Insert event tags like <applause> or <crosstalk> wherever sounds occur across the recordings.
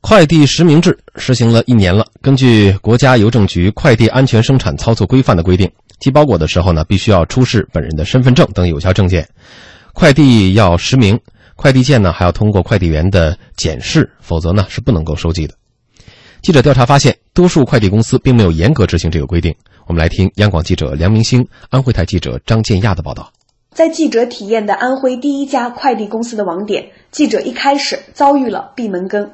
快递实名制实行了一年了。根据国家邮政局快递安全生产操作规范的规定，寄包裹的时候呢，必须要出示本人的身份证等有效证件，快递要实名，快递件呢还要通过快递员的检视，否则呢是不能够收寄的。记者调查发现，多数快递公司并没有严格执行这个规定。我们来听央广记者梁明星、安徽台记者张建亚的报道。在记者体验的安徽第一家快递公司的网点，记者一开始遭遇了闭门羹。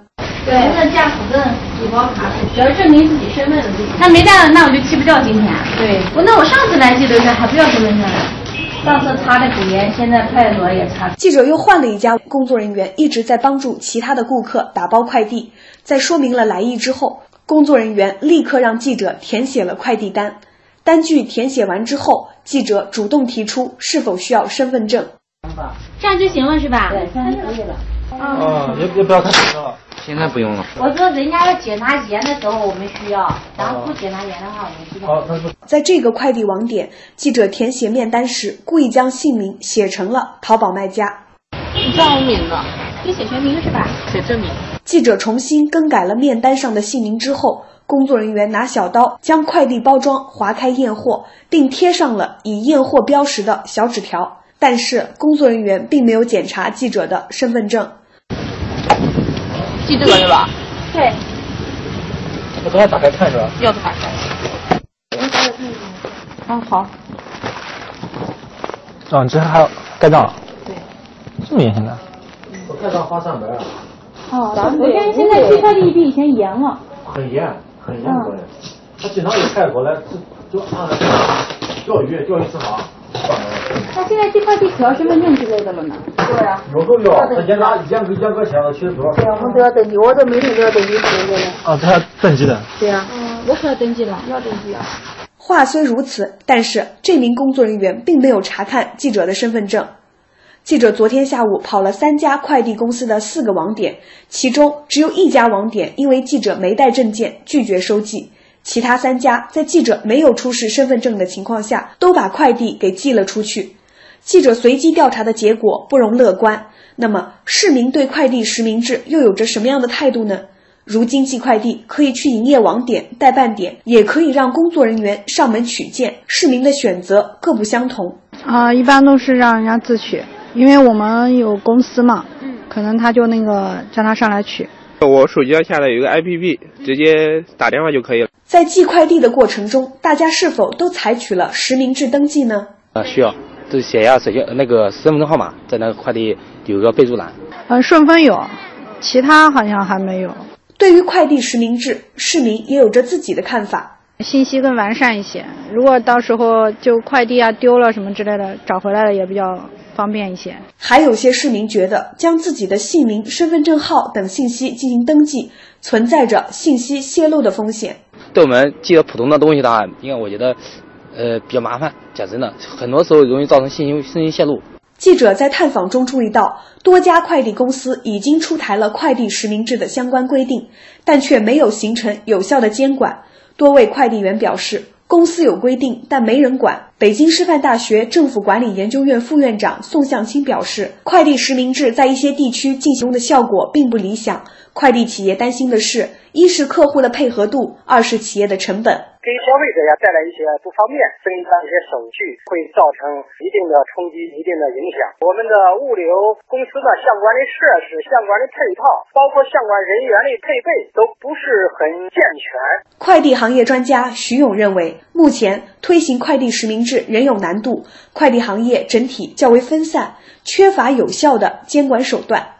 对，那驾驶证、主包卡，主要证明自己身份的地方。他没带了，那我就寄不掉今天。对，我那我上次来寄的时候还不要身份证呢。上次擦的纸烟，现在快乐也擦。记者又换了一家，工作人员一直在帮助其他的顾客打包快递。在说明了来意之后，工作人员立刻让记者填写了快递单。单据填写完之后，记者主动提出是否需要身份证。这样就行了是吧？嗯对，现在可以了。啊哦，也也不要看啊手了。现在不用了。我说人家要检查盐的时候我们需要，然后不检查盐的话我们不知道。好，他说在这个快递网点，记者填写面单时故意将姓名写成了淘宝卖家。你报名了，就写全名是吧？写证明。记者重新更改了面单上的姓名之后，工作人员拿小刀将快递包装划开验货，并贴上了以验货标识的小纸条。但是工作人员并没有检查记者的身份证。记这个对吧？嗯对，我昨天打开看是吧？要不打开。嗯，好。啊，你这还要盖章啊？对。这么严现在？我盖章发上门啊，哦，昨天现在寄快递比以前严了。很严，很严格的。他经常有泰国来，就就按了钓鱼，钓鱼执法。那现在寄快递只要身份证之类的了呢？有时候要，他严拿严格严格起来了，其实主要是。我们都要登记，我这每天都要登记身份证。啊，他还登记的。嗯我可要登记了，要登记啊。话虽如此，但是这名工作人员并没有查看记者的身份证。记者昨天下午跑了三家快递公司的四个网点，其中只有一家网点因为记者没带证件拒绝收寄，其他三家在记者没有出示身份证的情况下，都把快递给寄了出去。记者随机调查的结果不容乐观。那么，市民对快递实名制又有着什么样的态度呢？如今寄快递可以去营业网点、代办点，也可以让工作人员上门取件，市民的选择各不相同。啊、一般都是让人家自取，因为我们有公司嘛，可能他就那个让他上来取。我手机上下载有一个 APP，直接打电话就可以了。在寄快递的过程中，大家是否都采取了实名制登记呢？啊，需要，就写下手机那个身份证号码，在那个快递有个备注栏。嗯、顺丰有，其他好像还没有。对于快递实名制，市民也有着自己的看法。信息更完善一些，如果到时候就快递啊丢了什么之类的，找回来了也比较方便一些。还有些市民觉得，将自己的姓名、身份证号等信息进行登记，存在着信息泄露的风险。对我们寄了普通的东西的话，应该我觉得，呃，比较麻烦。讲真的，很多时候容易造成信息信息泄露。记者在探访中注意到，多家快递公司已经出台了快递实名制的相关规定，但却没有形成有效的监管。多位快递员表示，公司有规定，但没人管。北京师范大学政府管理研究院副院长宋向清表示，快递实名制在一些地区进行的效果并不理想。快递企业担心的是，一是客户的配合度，二是企业的成本。给消费者呀带来一些不方便，分担一些手续，会造成一定的冲击、一定的影响。我们的物流公司的相关的设施、相关的配套，包括相关人员的配备，都不是很健全。快递行业专家徐勇认为，目前推行快递实名制仍有难度，快递行业整体较为分散，缺乏有效的监管手段。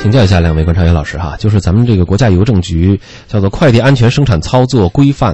请教一下两位观察员老师哈，就是咱们这个国家邮政局叫做《快递安全生产操作规范》，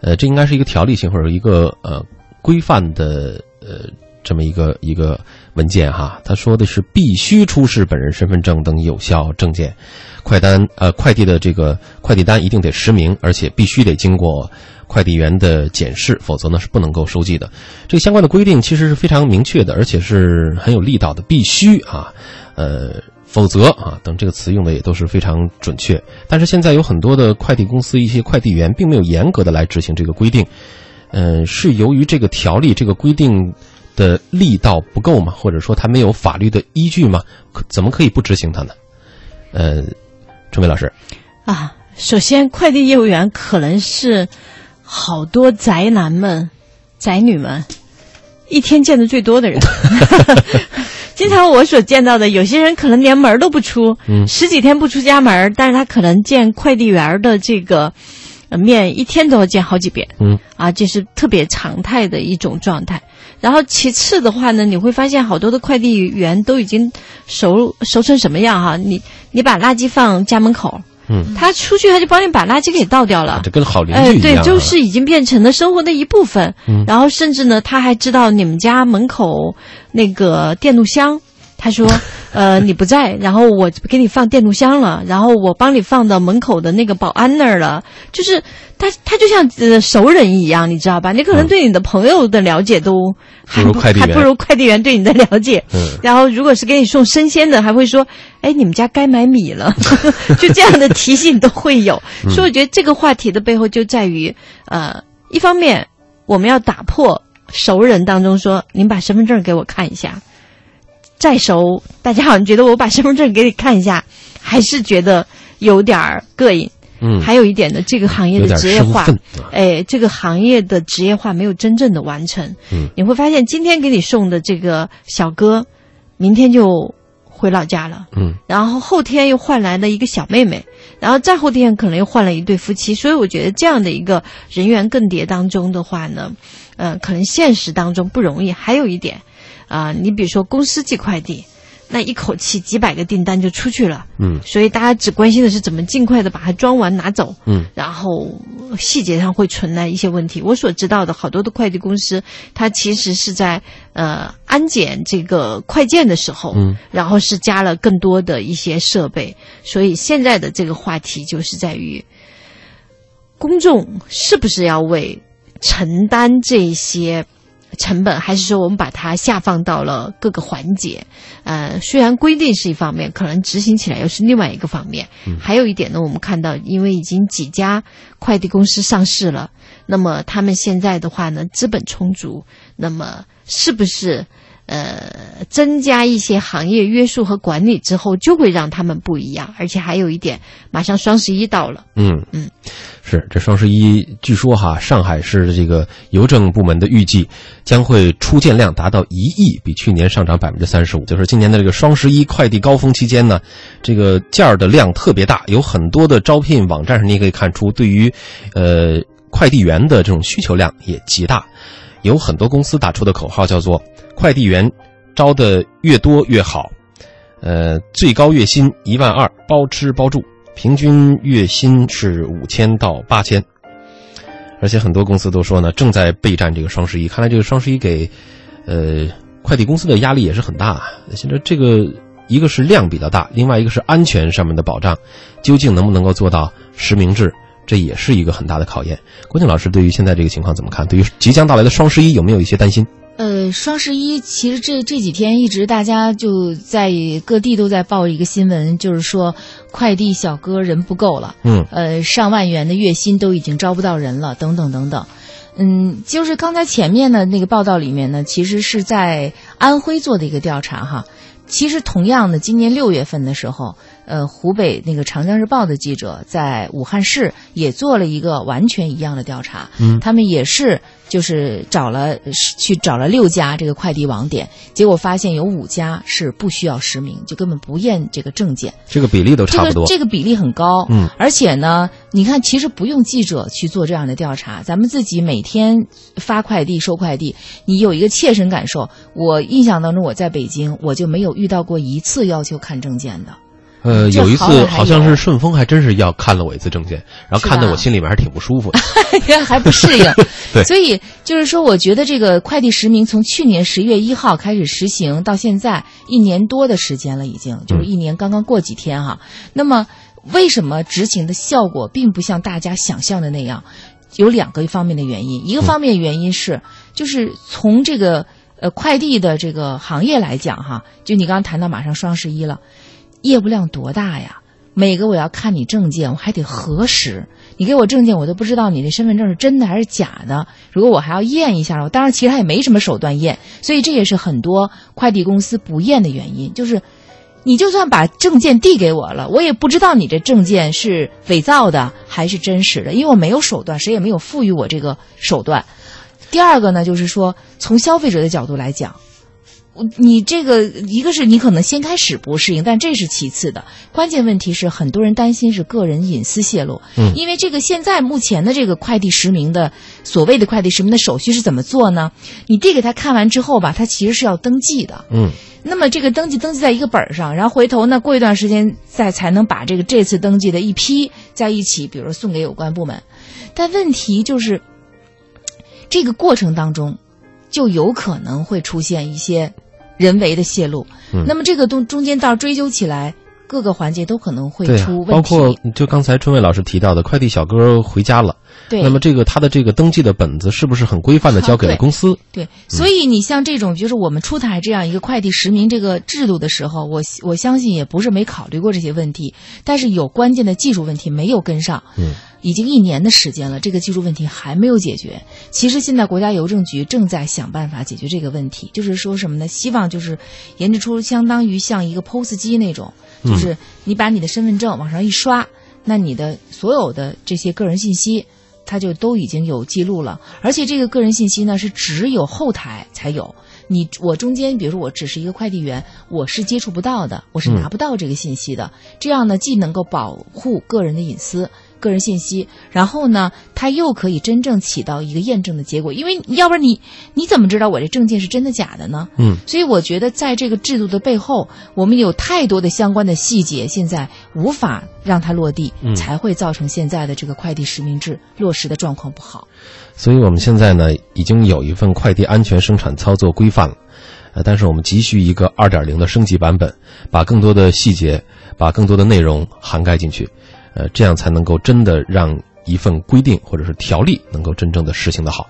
呃，这应该是一个条例性或者一个呃规范的呃这么一个一个文件哈。他说的是必须出示本人身份证等有效证件，快单呃快递的这个快递单一定得实名，而且必须得经过快递员的检视，否则呢是不能够收寄的。这个相关的规定其实是非常明确的，而且是很有力道的，必须啊，呃。否则啊等这个词用的也都是非常准确。但是现在有很多的快递公司，一些快递员呃并没有严格的来执行这个规定，嗯、是由于这个条例这个规定的力道不够吗？或者说它没有法律的依据吗？可怎么可以不执行它呢？呃，春梅老师，啊，首先，快递业务员可能是好多宅男们、宅女们 <laughs> 一天见的最多的人。 <laughs> 经常我所见到的，有些人可能连门儿都不出，嗯十几天不出家门儿，但是他可能见快递员儿的这个呃面一天都要见好几遍。嗯啊，这是特别常态的一种状态。然后其次的话呢，你会发现好多的快递员都已经熟熟成什么样哈、你你把垃圾放家门口，嗯，他出去他就帮你把垃圾给倒掉了。这跟好邻哎，居一样、对啊，就是已经变成了生活的一部分。嗯然后甚至呢，他还知道你们家门口那个电路箱。他 <laughs> 说：“呃，你不在，然后我给你放电路箱了，然后我帮你放到门口的那个保安那儿了。就是他，他就像呃熟人一样，你知道吧？你可能对你的朋友的了解都还嗯不如快递还员不如快递员对你的了解。嗯然后如果是给你送生鲜的，还会说：‘哎，你们家该买米了。’ <laughs> 就这样的提醒都会有。嗯所以我觉得这个话题的背后就在于，呃，一方面我们要打破熟人当中说：‘您把身份证给我看一下。’再熟，大家好像觉得我把身份证给你看一下，还是觉得有点儿膈应。嗯还有一点呢，这个行业有的点职业化生，哎，这个行业的职业化没有真正的完成。嗯你会发现今天给你送的这个小哥，明天就回老家了，嗯然后后天又换来了一个小妹妹，然后再后天可能又换了一对夫妻。所以我觉得这样的一个人员更迭当中的话呢，呃，可能现实当中不容易。还有一点，啊、你比如说公司寄快递，那一口气几百个订单就出去了，嗯所以大家只关心的是怎么尽快的把它装完拿走。嗯然后细节上会存在一些问题。我所知道的好多的快递公司，它其实是在呃安检这个快件的时候，嗯然后是加了更多的一些设备。所以现在的这个话题就是在于，公众是不是要为承担这些成本，还是说我们把它下放到了各个环节？呃，虽然规定是一方面，可能执行起来又是另外一个方面。嗯还有一点呢，我们看到，因为已经几家快递公司上市了，那么他们现在的话呢，资本充足，那么是不是？呃，增加一些行业约束和管理之后，就会让他们不一样。而且还有一点，马上双十一到了，嗯嗯，是这双十一，据说哈，上海市这个邮政部门的预计将会出件量达到一亿，比去年上涨百分之三十五。就是今年的这个双十一快递高峰期间呢，这个件儿的量特别大，有很多的招聘网站上你也可以看出，对于呃快递员的这种需求量也极大。有很多公司打出的口号叫做“快递员招的越多越好”，呃，最高月薪一万二，包吃包住，平均月薪是五千到八千。而且很多公司都说呢，正在备战这个双十一。看来这个双十一给，呃，快递公司的压力也是很大。啊现在这个一个是量比较大，另外一个是安全上面的保障，究竟能不能够做到实名制，这也是一个很大的考验。郭靖老师对于现在这个情况怎么看？对于即将到来的双十一有没有一些担心？呃，双十一其实这这几天一直大家就在各地都在报一个新闻，就是说快递小哥人不够了，嗯呃，上万元的月薪都已经招不到人了，等等等等。嗯，就是刚才前面的那个报道里面呢，其实是在安徽做的一个调查哈。其实同样的，今年六月份的时候，呃，湖北那个《长江日报》的记者在武汉市也做了一个完全一样的调查，嗯他们也是就是找了去找了六家这个快递网点，结果发现有五家是不需要实名，就根本不验这个证件，这个比例都差不多。这个这个比例很高，嗯而且呢，你看，其实不用记者去做这样的调查，咱们自己每天发快递、收快递，你有一个切身感受。我印象当中，我在北京，我就没有遇到过一次要求看证件的。呃，这有一好歹次还好像是顺丰还真是要看了我一次证件，然后看得我心里面还挺不舒 <laughs> 服的。。还不适应对所以就是说，我觉得这个快递实名从去年十月一号开始实行到现在一年多的时间了，已经就是嗯一年刚刚过几天哈、那么为什么执行的效果并不像大家想象的那样？有两个方面的原因，一个方面的原因是，就是从这个呃快递的这个行业来讲哈，就你刚刚谈到马上双十一了，业务量多大呀？每个我要看你证件，我还得核实，你给我证件，我都不知道你的身份证是真的还是假的。如果我还要验一下，我当然其实他也没什么手段验，所以这也是很多快递公司不验的原因，就是。你就算把证件递给我了，我也不知道你这证件是伪造的还是真实的，因为我没有手段，谁也没有赋予我这个手段。第二个呢，就是说从消费者的角度来讲，我你这个一个是你可能先开始不适应，但这是其次的，关键问题是很多人担心是个人隐私泄露，嗯因为这个现在目前的这个快递实名的所谓的快递实名的手续是怎么做呢？你递给他看完之后吧，他其实是要登记的，嗯那么这个登记登记在一个本儿上，然后回头呢，过一段时间再才能把这个这次登记的一批在一起，比如说送给有关部门。但问题就是，这个过程当中就有可能会出现一些人为的泄露。嗯那么这个东中间到追究起来，各个环节都可能 <laughs> 会对啊出问题。包括就刚才春卫老师提到的，快递小哥回家了，对那么这个他的这个登记的本子是不是很规 <laughs> 范的交给了公司？对，所以你像这种，就是我们出台这样一个快递实名这个制度的时候，我我相信也不是没考虑过这些问题，但是有关键的技术问题没有跟上。嗯，已经一年的时间了，这个技术问题还没有解决。其实现在国家邮政局正在想办法解决这个问题，就是说什么呢？希望就是研制出相当于像一个 POS 机那种，嗯就是你把你的身份证往上一刷，那你的所有的这些个人信息，它就都已经有记录了。而且这个个人信息呢，是只有后台才有。你我中间，比如说我只是一个快递员，我是接触不到的，我是拿不到这个信息的。这样呢，既能够保护个人的隐私、个人信息，然后呢，它又可以真正起到一个验证的结果。因为要不然你你怎么知道我这证件是真的假的呢？嗯所以我觉得，在这个制度的背后，我们有太多的相关的细节，现在无法让它落地，嗯才会造成现在的这个快递实名制落实的状况不好。所以我们现在呢，已经有一份快递安全生产操作规范了，呃，但是我们急需一个2.0的升级版本，把更多的细节、把更多的内容涵盖进去，呃，这样才能够真的让一份规定或者是条例能够真正的实行的好。